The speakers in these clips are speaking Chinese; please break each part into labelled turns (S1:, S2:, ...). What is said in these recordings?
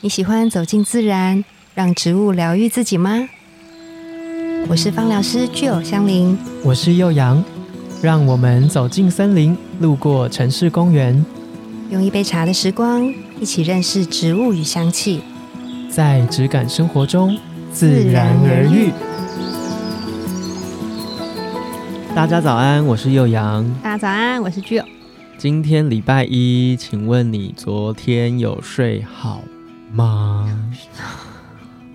S1: 你喜欢走进自然，让植物疗愈自己吗？我是芳疗师具有香林，
S2: 我是幼阳，让我们走进森林，路过城市公园，
S1: 用一杯茶的时光，一起认识植物与香气。
S2: 在质感生活中自然而愈。大家早安，我是幼阳。
S1: 大家早安，我是具有。
S2: 今天礼拜一，请问你昨天有睡好吗？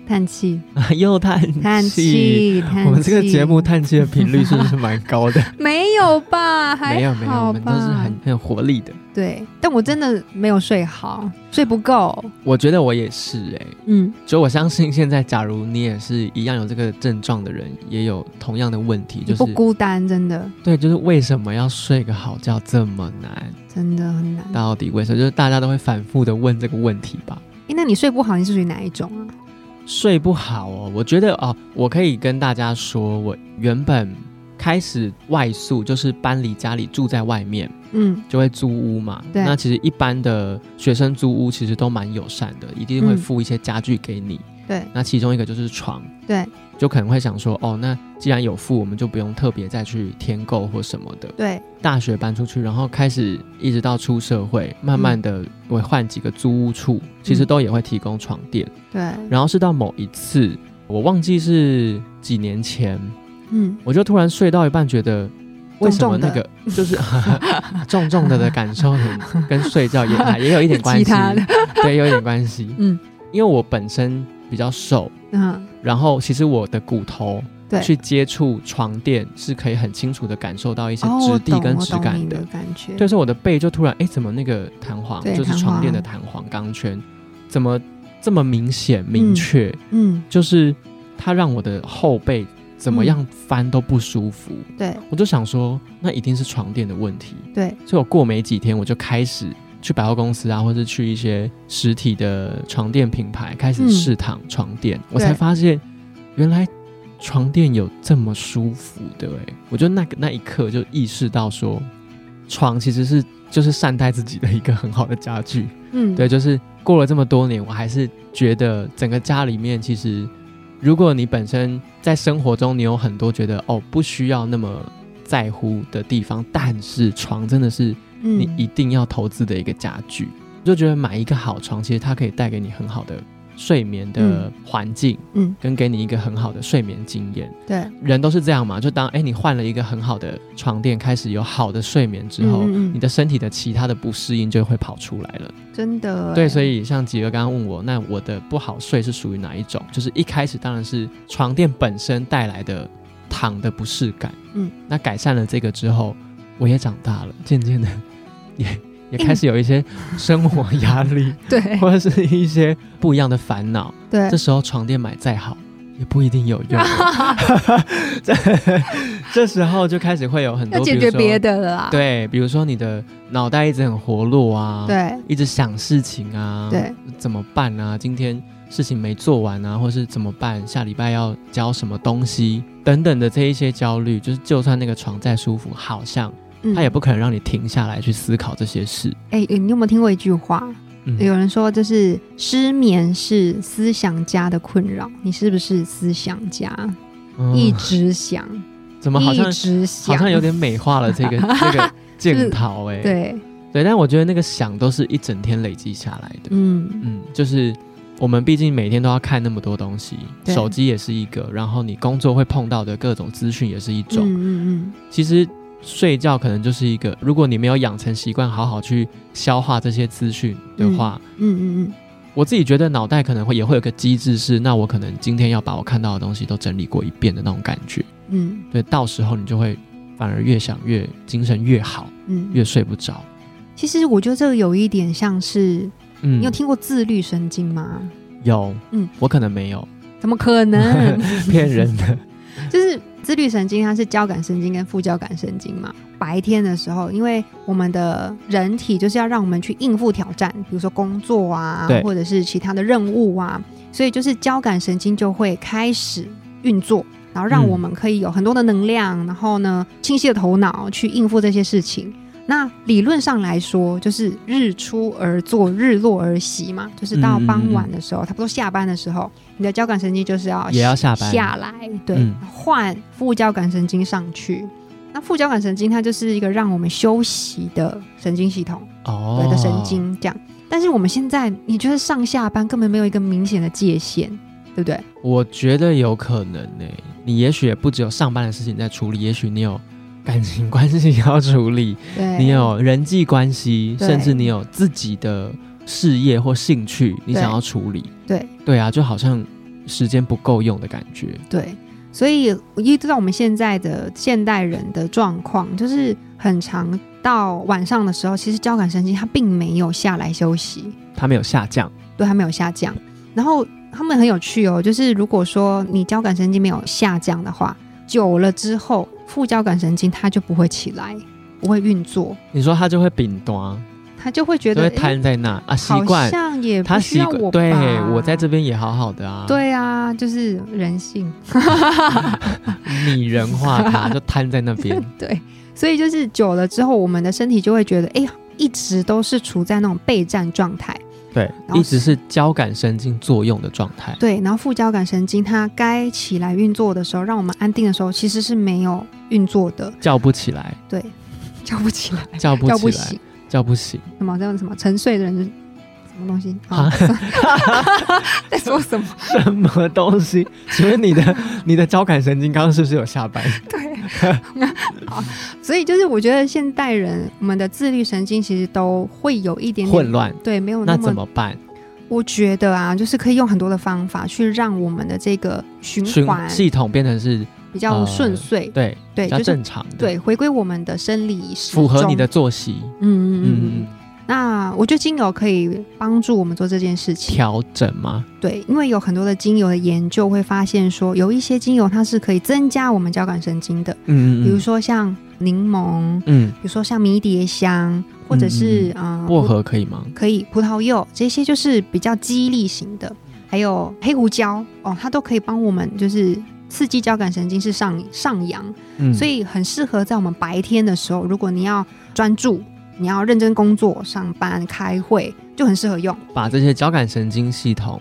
S1: 叹气，
S2: 又叹
S1: 叹气，叹气。
S2: 我们这个节目叹气的频率是不是蛮高的？
S1: 没有吧？
S2: 没
S1: 还
S2: 有没有，我
S1: 好
S2: 们都是
S1: 吧
S2: 很？很有活力的。
S1: 对，但我真的没有睡好，睡不够。
S2: 我觉得我也是哎、
S1: 嗯，
S2: 就我相信现在，假如你也是一样有这个症状的人，也有同样的问题，
S1: 你
S2: 就
S1: 不
S2: 是
S1: 孤单，真的，
S2: 对，就是为什么要睡个好觉这么难？
S1: 真的很难。
S2: 到底为什么？就是大家都会反复的问这个问题吧。
S1: 诶，那你睡不好，你是属于哪一种啊？
S2: 睡不好哦，我觉得哦，我可以跟大家说，我原本开始外宿，就是搬离家里住在外面，
S1: 嗯，
S2: 就会租屋嘛。
S1: 对
S2: 那其实一般的学生租屋其实都蛮友善的，一定会
S1: 嗯
S2: 付一些家具给你。
S1: 对
S2: 那其中一个就是床，
S1: 对
S2: 就可能会想说，哦，那既然有付，我们就不用特别再去添购或什么的。
S1: 对，
S2: 大学搬出去，然后开始一直到出社会，慢
S1: 嗯
S2: 慢的我换几个租屋处，其实都也会提供床垫。
S1: 对，
S2: 然后是到某一次，我忘记是几年前，
S1: 嗯，
S2: 我就突然睡到一半，觉得为什么那个就是 重重的的感受很跟睡觉也啊还也有一点 关
S1: 其
S2: 系
S1: 他的，
S2: 对，有一点关系。
S1: 嗯
S2: 因为我本身比较瘦，
S1: 嗯，
S2: 然后其实我的骨头
S1: 对，
S2: 去接触床垫是可以很清楚的感受到一些
S1: 哦我
S2: 质地
S1: 懂
S2: 跟
S1: 我
S2: 质
S1: 懂
S2: 感
S1: 你
S2: 的
S1: 的。感觉，
S2: 就是我的背就突然哎、诶怎么那个弹簧
S1: 对
S2: 就是
S1: 弹
S2: 床垫
S1: 簧
S2: 的弹簧钢圈，怎么这么明显明确？
S1: 嗯，
S2: 就是它让我的后背怎么
S1: 嗯
S2: 样翻都不舒服。
S1: 对
S2: 我就想说，那一定是床垫的问题。
S1: 对，
S2: 所以我过没几天，我就开始去百货公司啊，或是去一些实体的床垫品牌开始
S1: 嗯
S2: 试躺床垫，我才
S1: 对
S2: 发现原来床垫有这么舒服的哎、我就那个那一刻就意识到说，床其实是就是善待自己的一个很好的家具。
S1: 嗯，
S2: 对，就是过了这么多年，我还是觉得整个家里面其实。如果你本身在生活中，你有很多觉得哦不需要那么在乎的地方，但是床真的是
S1: 嗯，
S2: 你一定要投资的一个家具。我就觉得买一个好床，其实它可以带给你很好的睡眠的
S1: 嗯
S2: 环境，
S1: 嗯
S2: 跟给你一个很好的睡眠经验。
S1: 对
S2: 人都是这样嘛，就当哎你换了一个很好的床垫，开始有好的睡眠之后，
S1: 嗯嗯嗯
S2: 你的身体的其他的不适应就会跑出来了。
S1: 真的欸，
S2: 对，所以像吉儿刚刚问我，那我的不好睡是属于哪一种？就是一开始当然是床垫本身带来的躺的不适感，
S1: 嗯，
S2: 那改善了这个之后，我也长大了，渐渐的也也
S1: 哎
S2: 开始有一些生活压 力，
S1: 对
S2: 或者是一些不一样的烦恼。
S1: 对
S2: 这，时候床垫买再好。也不一定有 用，这这时候就开始会有很多
S1: 要解决别
S2: 的，
S1: 的了啦，
S2: 对，比如说你的脑袋一直很活络啊，，
S1: 对
S2: 一直想事情啊，
S1: 对，
S2: 怎么办啊？今天事情没做完啊，或是怎么办？下礼拜要交什么东西等等的这一些焦虑，就是就算那个床再舒服，好像
S1: 嗯
S2: 它也不可能让你停下来去思考这些事。
S1: 哎，你有没有听过一句话？
S2: 嗯，
S1: 有人说，就是失眠是思想家的困扰，你是不是思想家？
S2: 嗯
S1: 一直想，
S2: 怎么好像
S1: 一直想，
S2: 好像有点美化了这 个这个
S1: 啊是
S2: 镜头哎，
S1: 对，
S2: 对，但我觉得那个想都是一整天累积下来的。
S1: 嗯，
S2: 嗯，就是我们毕竟每天都要看那么多东西，
S1: 对
S2: 手机也是一个，然后你工作会碰到的各种资讯也是一种。
S1: 嗯嗯
S2: 其实睡觉可能就是一个，如果你没有养成习惯，好好去消化这些资讯的话，
S1: 嗯嗯嗯
S2: 我自己觉得脑袋可能会也会有个机制是，那我可能今天要把我看到的东西都整理过一遍的那种感觉。
S1: 嗯
S2: 对，到时候你就会反而越想越精神越好，
S1: 嗯
S2: 越
S1: 嗯。
S2: 睡不着。
S1: 其实我觉得这个有一点像是，
S2: 嗯
S1: 你有听过自律神经吗？
S2: 有，
S1: 嗯
S2: 嗯，我可能没有，
S1: 怎么可能？
S2: 骗人 的。
S1: 就是自律神经，它是交感神经跟副交感神经嘛。白天的时候，因为我们的人体就是要让我们去应付挑战，比如说工作啊
S2: 对，
S1: 或者是其他的任务啊，所以就是交感神经就会开始运作，然后让
S2: 嗯
S1: 我们可以有很多的能量，然后呢，清晰的头脑去应付这些事情。那理论上来说，就是日出而作，日落而息嘛，就是到
S2: 嗯
S1: 傍晚的时候，差不多下班的时候，你的交感神经就是要
S2: 也要下班
S1: 下来，对，
S2: 嗯
S1: 换副交感神经上去。那副交感神经它就是一个让我们休息的神经系统，
S2: 哦，
S1: 对的神经这样。但是我们现在，你觉得上下班根本没有一个明显的界限，对不对？
S2: 我觉得有可能呢、你也许也不只有上班的事情在处理，也许你有感情关系要处理，
S1: 对，
S2: 你有人际关系，
S1: 哎对
S2: 甚至你有自己的事业或兴趣，你
S1: 对
S2: 想要处理。
S1: 对
S2: 对啊，就好像时间不够用的感觉。
S1: 对，所以依照我们现在的现代人的状况，就是很长到晚上的时候，其实交感神经它并没有下来休息，
S2: 它没有下降，
S1: 对，它没有下降。然后他们很有趣哦，就是如果说你交感神经没有下降的话，久了之后，副交感神经它就不会起来，不会运作，
S2: 你说它就会饼端，
S1: 它就会觉
S2: 就
S1: 得
S2: 会
S1: 诶
S2: 瘫在那啊，习
S1: 好
S2: 惯。
S1: 像也
S2: 他
S1: 不需
S2: 习
S1: 要
S2: 惯，
S1: 我
S2: 对
S1: 吧
S2: 我在这。边也好好的啊，，
S1: 对啊，就是人性。
S2: 拟人化 它就瘫在那边，
S1: 对，所以就是久了之后，我们的身体就会觉得，哎、呀，一直都是处在那种备战状态。
S2: 对，
S1: 后
S2: 一直是交感神经作用的状态，
S1: 对，然后副交感神经它该起来运作的时候，让我们安定的时候，其实是没有运作的。
S2: 叫不起来，
S1: 对，叫不起来，
S2: 叫不
S1: 哎叫不
S2: 起来，
S1: 醒，
S2: 叫不醒，
S1: 什么叫什么沉睡的人就是什么东西啊
S2: 啊？
S1: 在说什么？
S2: 什么东西？请问你的你的交感神经刚刚是不是有下班？
S1: 所以就是我觉得现代人我们的自律神经其实都会有一点点
S2: 混乱，
S1: 对，没有
S2: 那
S1: 哦那
S2: 怎么办？
S1: 我觉得啊，就是可以用很多的方法去让我们的这个循
S2: 循
S1: 环
S2: 系统变成是
S1: 比较顺遂，
S2: 对
S1: 对，
S2: 比较
S1: 就是
S2: 正常的，，
S1: 对，回归我们的生理时
S2: 符合你的
S1: 钟，
S2: 作息，
S1: 嗯嗯嗯嗯
S2: 嗯
S1: 嗯。，那我觉得精油可以帮助我们做这件事情，
S2: 调整吗？
S1: 对，因为有很多的精油的研究会发现说，有一些精油它是可以增加我们交感神经的，
S2: 嗯
S1: 比如，说像柠檬，
S2: 嗯，
S1: 比如说像迷迭香，或者是啊、呃
S2: 薄荷可以吗？
S1: 可以，葡萄柚这些就是比较激励型的，还有黑胡椒哦，它都可以帮我们就是刺激交感神经是上上扬，
S2: 嗯，
S1: 所以很适合在我们白天的时候，如果你要专注，你要认真工作、上班、开会，就很适合用
S2: 把这些交感神经系统，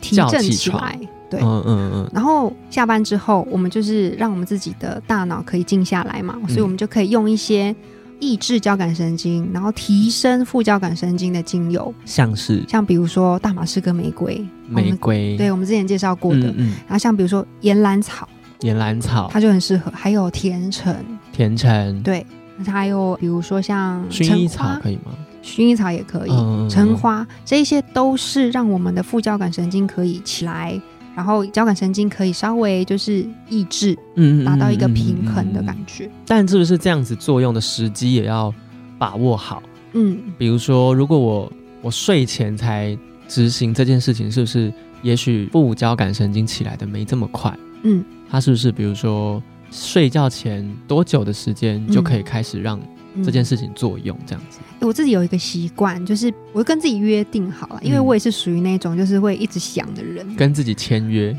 S1: 提
S2: 叫
S1: 振
S2: 起
S1: 起
S2: 床
S1: 来。对，
S2: 嗯嗯嗯，
S1: 然后下班之后，我们就是让我们自己的大脑可以静下来
S2: 嗯
S1: 嘛，所以我们就可以用一些抑制交感神经，然后提升副交感神经的精油。
S2: 像是
S1: 像比如说大马士革玫瑰，
S2: 玫瑰，
S1: 哦对我们之前介绍过的。
S2: 嗯嗯，
S1: 然后像比如说岩兰草，
S2: 岩兰草、
S1: 它就很适合，还有甜橙，
S2: 甜橙、
S1: 对，还有比如说像
S2: 薰衣
S1: 橙
S2: 草
S1: 花
S2: 可以吗？
S1: 薰衣草也可以，
S2: 嗯嗯嗯
S1: 橙花这些都是让我们的副交感神经可以起来，然后交感神经可以稍微就是抑制，
S2: 嗯
S1: 达到一个平衡的感
S2: 觉。
S1: 觉。
S2: 嗯但是不是这样子作用的时机也要把握好？
S1: 嗯，
S2: 比如说，如果我我睡前才执行这件事情，是不是也许副交感神经起来的没这么快？
S1: 嗯，
S2: 它是不是比如说睡觉前多久的时间就可以开始让
S1: 嗯
S2: 这件事情作用？这样子，
S1: 我自己有一个习惯，就是我会跟自己约定好了，因为
S2: 嗯
S1: 我也是属于那种就是会一直想的人，
S2: 跟自己签约，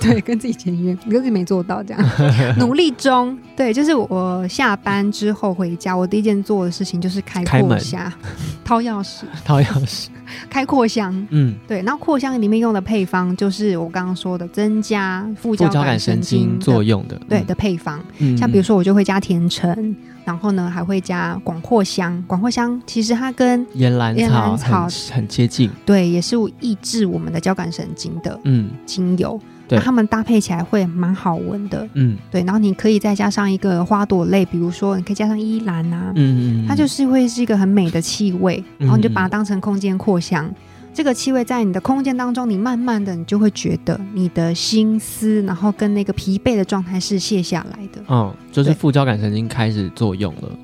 S1: 对，跟自己签约，你跟自己没做到这 样，努力中。对，就是我下班之后回家，我第一件做的事情就是开
S2: 开
S1: 扩
S2: 门
S1: 香、掏钥匙、
S2: 好像是，
S1: 开扩香。
S2: 嗯，
S1: 对，然后扩香里面用的配方就是我刚刚说的增加副
S2: 副
S1: 交
S2: 交
S1: 感
S2: 感神
S1: 神经
S2: 经
S1: 的
S2: 作用的，
S1: 对的配方。
S2: 嗯，
S1: 像比如说，我就会加甜橙，然后呢还会加广藿香。广藿香其实它跟
S2: 嗯岩兰
S1: 岩
S2: 草
S1: 兰
S2: 很很接近，
S1: 对也是抑制我们的交感神经的
S2: 嗯
S1: 精油，
S2: 对
S1: 那它们搭配起来会蛮好闻的。
S2: 嗯
S1: 对，然后你可以再加上一个花朵类，比如说你可以加上依兰啊，
S2: 嗯嗯，
S1: 它就是会是一个很美的气味，然后你就把它
S2: 嗯
S1: 当成空间扩香。这个气味在你的空间当中，你慢慢的你就会觉得你的心思，然后跟那个疲惫的状态是卸下来的。
S2: 嗯，就是
S1: 对
S2: 副交感神经开始作用了，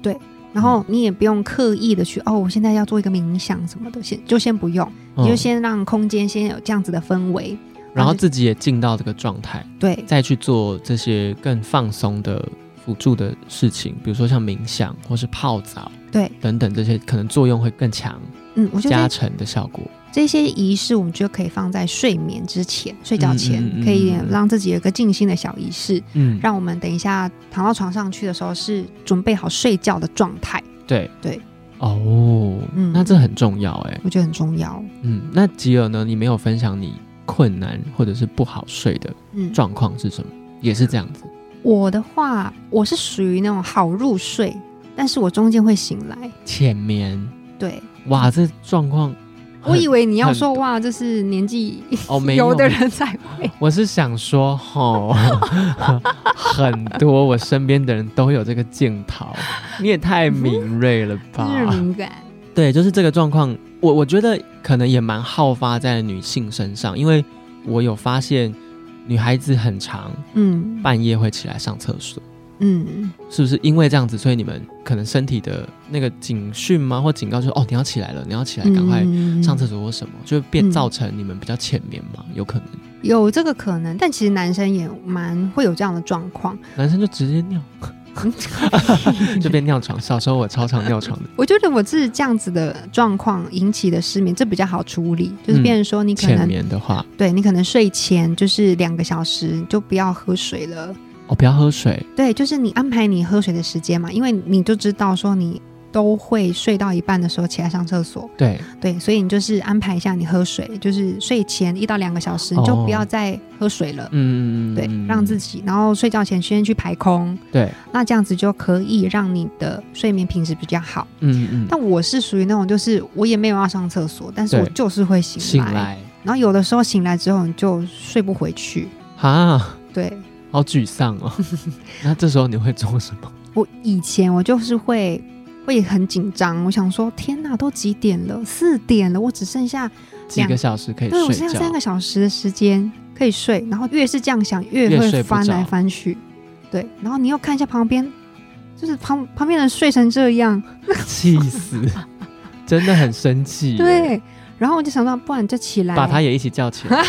S1: 然
S2: 嗯
S1: 后你也不用刻意的去哦，我现在要做一个冥想什么的，先就先不用，
S2: 嗯
S1: 你就先让空间先有这样子的氛围。
S2: 然后自己也进到这个状态，
S1: 对
S2: 再去做这些更放松的辅助的事情，比如说像冥想或是泡澡
S1: 对，
S2: 等等，这些可能作用会更强，
S1: 嗯，我觉得这
S2: 加成的效果。
S1: 这些仪式，我们就可以放在睡眠之前、睡觉前，
S2: 嗯嗯嗯
S1: 可以让自己有一个静心的小仪式，
S2: 嗯，
S1: 让我们等一下躺到床上去的时候是准备好睡觉的状态。
S2: 嗯对
S1: 对，
S2: 哦，
S1: 嗯
S2: 那这很重要哎。
S1: 我觉得很重要。
S2: 嗯，那吉尔呢？你没有分享你困难或者是不好睡的
S1: 嗯，
S2: 状况是什么？也是这样子。
S1: 我的话，我是属于那种好入睡，但是我中间会醒来。
S2: 浅眠，
S1: 对，
S2: 哇，这状况很，
S1: 我以为你要
S2: 很
S1: 说哇，这是年纪
S2: 哦没
S1: 有
S2: 有
S1: 的人哎才 会。
S2: 我是想说，吼，很多我身边的人都有这个镜头，你也太敏锐了
S1: 就是
S2: 吧？
S1: 敏感，
S2: 对，就是这个状况，我我觉得可能也蛮好发在女性身上，因为我有发现，女孩子很长
S1: 嗯
S2: 半夜会起来上厕所，
S1: 嗯，
S2: 是不是因为这样子，所以你们可能身体的那个警讯吗，或警告就是哦，你要起来了，你要起来，赶快上厕
S1: 所
S2: 所或什么，就变
S1: 嗯
S2: 造成你们比较浅眠嘛？有可能
S1: 有这个可能，但其实男生也蛮会有这样的状况。
S2: 男生就直接尿。 就变尿床。小时候我超常尿床的，
S1: 我觉得我是这样子的状况引起的失眠，这比较好处理，就是
S2: 嗯
S1: 变成说你可
S2: 浅
S1: 能、
S2: 眠的话，
S1: 对你可能睡前就是两个小时就不要喝水了，
S2: 哦，不要喝水，
S1: 对，就是你安排你喝水的时间嘛，因为你就知道说你都会睡到一半的时候起来上厕所，
S2: 对，
S1: 对，所以你就是安排一下你喝水，就是睡前一到两个小时你就
S2: 哦
S1: 不要再喝水了。
S2: 嗯，
S1: 对，让自
S2: 己
S1: 己，然后睡觉前先去排空，
S2: 对，
S1: 那这样子就可以让你的睡眠品质比较好。
S2: 嗯嗯，
S1: 但我是属于那种，就是我也没有要上厕所，但是
S2: 对
S1: 我就是会醒来，
S2: 嗯醒来
S1: 然后有的时候醒来之后你就睡不回去。
S2: 啊，
S1: 对
S2: 好沮丧 哦。那这时候你会做什么？
S1: 我以前我就是会会很紧张，我想说天哪，都几点了？四点了，我只剩下
S2: 几个小时可以
S1: 对我
S2: 睡
S1: 剩下
S2: 觉
S1: 三，个小时的时间可以睡，然后越是这样想，越
S2: 越
S1: 会
S2: 睡不
S1: 翻来
S2: 着
S1: 翻去，对，然后你又看一下旁边，就是旁旁边人睡成这样，
S2: 气死，真的很生气。，
S1: 对，然后我就想到，不然就起来，
S2: 把他也一起叫起来。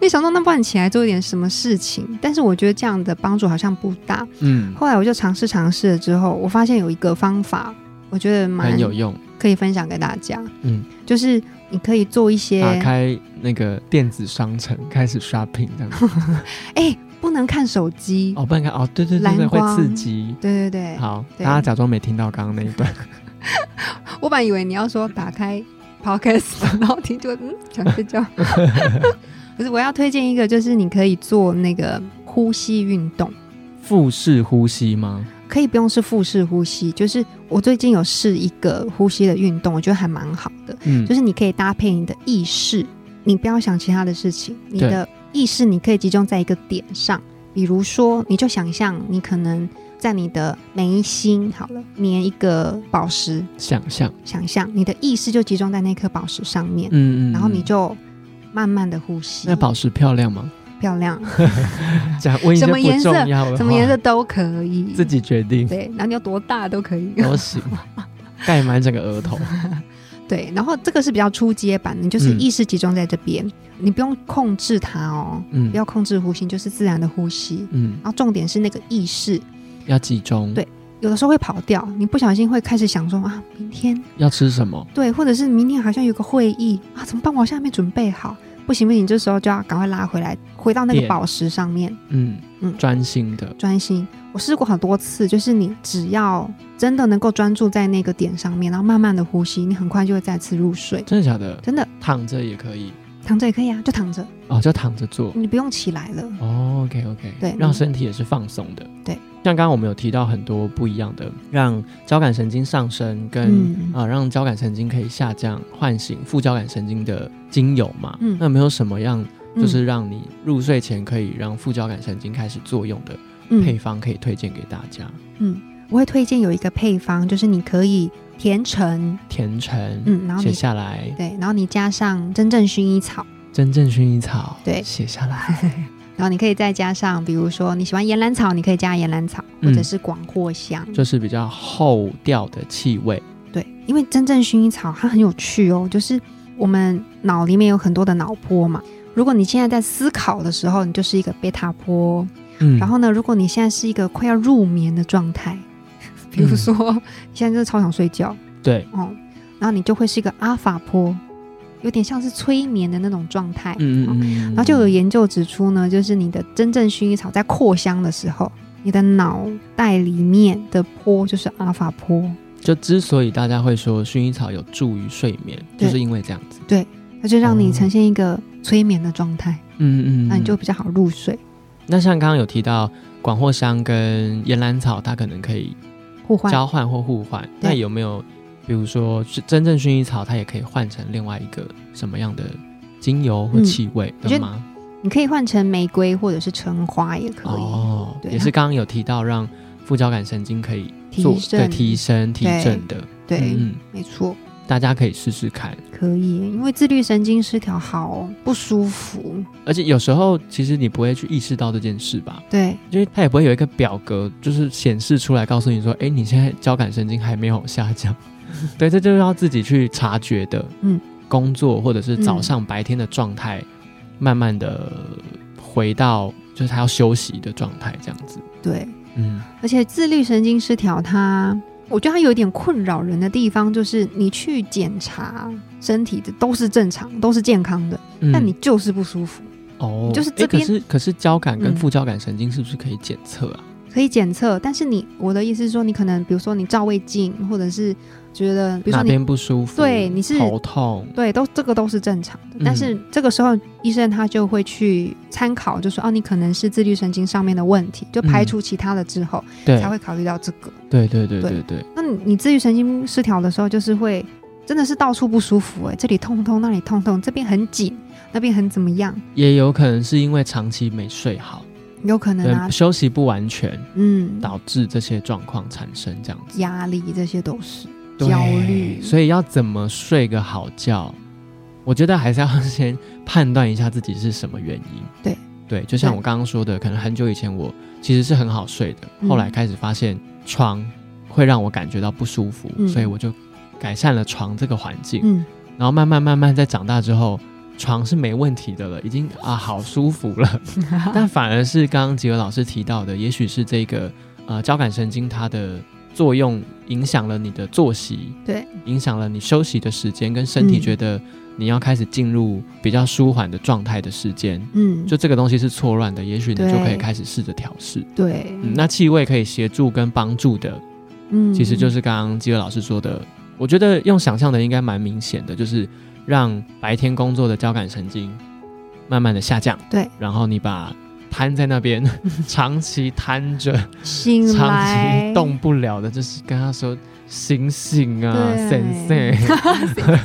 S1: 没想到那不然起来做一点什么事情，但是我觉得这样的帮助好像不大。
S2: 嗯，
S1: 后来我就尝试尝试了之后，我发现有一个方法，我觉得蛮
S2: 很有用。
S1: 可以分享给大家，
S2: 嗯，
S1: 就是你可以做一些，
S2: 打
S1: 哎、
S2: 开那个电子商城，开始 shopping 这样 子。
S1: 不能看手机，
S2: 哦，不然看哦，对对对对，
S1: 蓝
S2: 会
S1: 光
S2: 刺激。
S1: 对对对，
S2: 好，大
S1: 对
S2: 家假装没听到刚刚那一 段。
S1: 我本来以为你要说打开 podcast，然后听就嗯想睡觉。可是我要推荐一个，就是你可以做那个呼吸运动，
S2: 腹式呼吸吗？
S1: 可以不用是腹式呼吸，就是我最近有试一个呼吸的运动，我觉得还蛮好的。
S2: 嗯
S1: 就，是你可以搭配你的意识，你不要想其他的事情，你
S2: 对
S1: 的意识你可以集中在一个点上，比如说，你就想象你可能在你的眉心好了粘一个宝石，
S2: 想象，
S1: 想象你的意识就集中在那颗宝石上面，
S2: 嗯
S1: 然后你就慢慢的呼吸，
S2: 那宝石漂亮 吗？
S1: 漂亮，
S2: 讲问一
S1: 什
S2: 些
S1: 么
S2: 不
S1: 颜色
S2: 重要的话
S1: 什么颜色都可以，
S2: 自己决定
S1: 对，然后你有多大都可以，
S2: 都行，盖满整个额头。
S1: 对，然后这个是比较初阶版，你就是
S2: 嗯
S1: 意识集中在这边，你不用控制它哦，
S2: 嗯
S1: 不要控制呼吸，你就是自然的呼吸。
S2: 嗯，
S1: 然后重点是那个意识，
S2: 要集中。
S1: 对有的时候会跑掉，你不小心会开始想说啊，明天
S2: 要吃什么？
S1: 对，或者是明天好像有个会议啊，怎么办？我好像还没准备好，不行不行，这时候就要赶快拉回来，回到那个
S2: 点
S1: 宝石上面。
S2: 嗯
S1: 嗯
S2: 专心的。
S1: 专心。我试过很多次，就是你只要真的能够专注在那个点上面，然后慢慢的呼吸，你很快就会再次入睡。
S2: 真的假的？
S1: 真的，
S2: 躺着也可以
S1: 躺着也可以啊，就躺着，
S2: 哦，就躺着做。
S1: 你不用起来了。
S2: 哦，OK OK，
S1: 嗯对
S2: 让身体也是放松的。
S1: 对，
S2: 像刚刚我们有提到很多不一样的，让交感神经上升跟
S1: 嗯
S2: 啊、让交感神经可以下降、唤醒副交感神经的精油嘛。
S1: 嗯
S2: 那有没有什么样
S1: 嗯
S2: 就是让你入睡前可以让副交感神经开始作用的配
S1: 嗯
S2: 方，可以推荐给大家。
S1: 嗯，我会推荐有一个配方，就是你可以甜橙，
S2: 甜橙，
S1: 嗯，然后
S2: 写
S1: 你
S2: 下来，
S1: 对，然后你加上真正薰衣草，
S2: 真正薰衣草，
S1: 对
S2: 写下来，
S1: 然后你可以再加上，比如说你喜欢岩兰草，你可以加岩兰草，
S2: 嗯
S1: 或者是广藿香。
S2: 就是比较后调的气味。
S1: 对，因为真正薰衣草它很有趣哦，就是我们脑里面有很多的脑波嘛。如果你现在在思考的时候，你就是一个贝塔波。
S2: 嗯
S1: 然后呢，如果你现在是一个快要入眠的状态， 比
S2: 嗯
S1: 如说、你现在就是超想睡觉
S2: 对，
S1: 哦，然后你就会是一个阿法波，有点像是催眠的那种状态。
S2: 嗯嗯
S1: 哦
S2: 嗯，
S1: 然后就有研究指出呢，就是你的真正薰衣草在扩香的时候，你的脑袋里面的波就是阿法波，
S2: 就之所以大家会说薰衣草有助于睡眠，就
S1: 对
S2: 是因为这样子。
S1: 它就让你
S2: 哦
S1: 呈现一个催眠的状态，
S2: 嗯嗯，
S1: 那你就
S2: 嗯
S1: 比较好入睡。
S2: 那像刚刚有提到广藿香跟岩兰草，它可能可以
S1: 互换
S2: 交换或互换。那有没有比如说是真正薰衣草，它也可以换成另外一个什么样的精油或
S1: 嗯
S2: 气味
S1: 我觉得
S2: 的吗？
S1: 你可以换成玫瑰或者是橙花也可以，
S2: 哦，
S1: 对
S2: 也是刚刚有提到让副交感神经可以做
S1: 提
S2: 对
S1: 升
S2: 提升提
S1: 对
S2: 振的，
S1: 对，
S2: 嗯，
S1: 没错，
S2: 嗯大家可以试试看。
S1: 可以，因为自律神经失调好不舒服，
S2: 而且有时候其实你不会去意识到这件事吧，
S1: 对
S2: 因为它也不会有一个表格，就是显示出来告诉你说，哎，你现在交感神经还没有 下降。对，这就是要自己去察觉的。嗯
S1: 嗯，
S2: 工作或者是早
S1: 嗯
S2: 上白天的状态，慢慢的回到就是他要休息的状态，这样子。
S1: 对，
S2: 嗯，
S1: 而且自律神经失调它。我觉得它有点困扰人的地方，就是你去检查身体的都是正常，都是健康的，
S2: 嗯
S1: 但你就是不舒服。
S2: 哦，
S1: 就是
S2: 诶
S1: 这边
S2: 可是可是交感跟
S1: 嗯
S2: 副交感神经是不是可以检测啊？
S1: 可以检测，但是你我的意思是说，你可能比如说你照胃镜，或者是觉得比如
S2: 哪
S1: 说你
S2: 边不舒服？
S1: 对你是
S2: 头痛。
S1: 对都这个都是正常的
S2: 嗯，
S1: 但是这个时候医生他就会去参考，就说哦，你可能是自律神经上面的问题，就排除其他的之后、
S2: 对
S1: 才会考虑到这个。
S2: 对对对对
S1: 对
S2: 对，
S1: 那你你自律神经失调的时候，就是会真的是到处不舒服、欸，哎，这里痛痛，那里痛痛，这边很紧，那边很怎么样，
S2: 也有可能是因为长期没睡好，
S1: 有可能啊
S2: 对，，休息不完全
S1: 嗯，
S2: 导致这些状况产生这样子。
S1: 压力这些都是
S2: 对
S1: 焦虑，
S2: 所以要怎么睡个好觉，我觉得还是要 先判断一下自己是什么原因。
S1: 对
S2: 对，就像
S1: 对
S2: 我刚刚说的，可能很久以前我其实是很好睡的，
S1: 嗯
S2: 后来开始发现床会让我感觉到不舒服，
S1: 嗯
S2: 所以我就改善了床这个环境，
S1: 嗯，
S2: 然后慢慢慢慢在长大之后。床是没问题的了，已经啊好舒服 了。但反而是刚刚吉尔老师提到的，也许是这个呃交感神经它的作用影响了你的作息，
S1: 对，
S2: 影响了你休息的时间，跟身体
S1: 嗯
S2: 觉得你要开始进入比较舒缓的状态的时间。
S1: 嗯，
S2: 就这个东西是错乱的，也许你
S1: 对
S2: 就可以开始试着调试。
S1: 对，
S2: 嗯，那气味可以协助跟帮助的，
S1: 嗯
S2: 其实就是刚刚基尔老师说的，我觉得用想象的应该蛮明显的，就是让白天工作的交感神经慢慢的下降，
S1: 对，
S2: 然后你把瘫在 那边长期瘫着，
S1: 醒
S2: 长
S1: 来
S2: 期动不了的，就是跟他说醒醒啊，
S1: 对
S2: 先 生，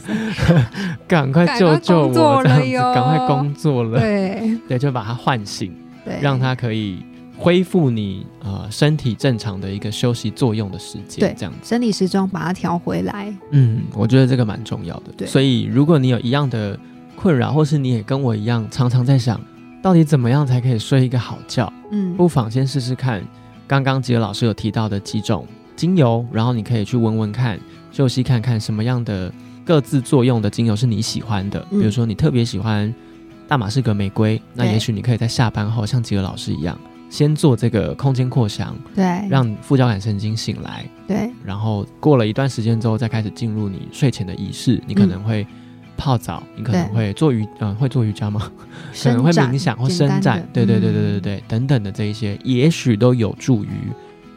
S2: 赶快救救我，
S1: 赶快工作
S2: 这样
S1: 了
S2: 子，
S1: 哟
S2: 赶快工作了，
S1: 对
S2: 对，就把他唤醒，
S1: 对，
S2: 让他可以恢复你呃身体正常的一个休息作用的时
S1: 对
S2: 间，这样子，
S1: 生理时钟把它调回来。
S2: 嗯，我觉得这个蛮重要的。
S1: 对
S2: 所以如果你有一样的困扰，或是你也跟我一样，常常在想到底怎么样才可以睡一个好觉，
S1: 嗯，
S2: 不妨先试试看。刚刚吉尔老师有提到的几种精油，然后你可以去闻闻看，休息看看什么样的各自作用的精油是你喜欢的。
S1: 嗯
S2: 比如说你特别喜欢大马士革玫瑰，那
S1: 对
S2: 也许你可以在下班后像吉尔老师一样，先做这个空间扩香，
S1: 对，
S2: 让副交感神经醒来，
S1: 对
S2: 然后过了一段时间之后再开始进入你睡前的仪
S1: 嗯
S2: 式。你可能会泡澡，你可能
S1: 对
S2: 会做瑜，嗯、会做瑜伽吗？可
S1: 伸
S2: 能会
S1: 展
S2: 冥想或
S1: 简
S2: 伸
S1: 单
S2: 展
S1: 的，
S2: 对对对对对
S1: 嗯
S2: 对，等等的这一些，也许都有助于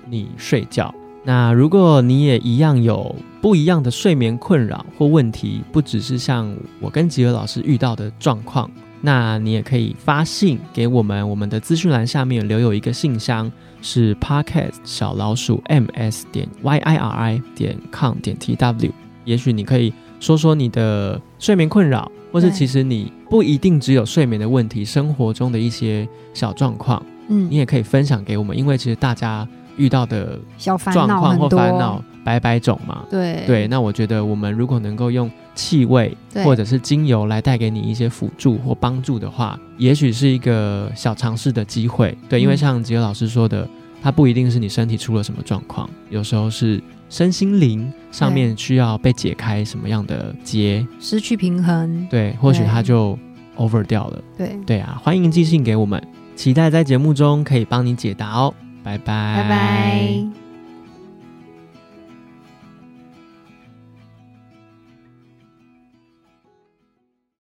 S2: 你睡觉。那如果你也一样有不一样的睡眠困扰或问题，不只是像我跟吉尔老师遇到的状况，那你也可以发信给我们，我们的资讯栏下面留有一个信箱，是 podcast 小老鼠 ms 点 y i r i 点 com 点 t w。也许你可以说说你的睡眠困扰，或是
S1: 对
S2: 其实你不一定只有睡眠的问题，生活中的一些小状况，
S1: 嗯，
S2: 你也可以分享给我们，因为其实大家遇到的
S1: 小烦
S2: 状
S1: 恼
S2: 况
S1: 很
S2: 或
S1: 多，
S2: 烦恼百百种嘛。
S1: 对
S2: 对，那我觉得我们如果能够用气味
S1: 对
S2: 或者是精油来带给你一些辅助或帮助的话，也许是一个小尝试的机会。对，因为
S1: 嗯
S2: 像吉尔老师说的，它不一定是你身体出了什么状况，有时候是身心灵上面需要被解开什么样的结，
S1: 失去平衡，
S2: 对，或许
S1: 对
S2: 它就 over 掉了。
S1: 对，
S2: 对啊，欢迎寄信给我们，期待在节目中可以帮你解答哦。拜拜，
S1: 拜拜。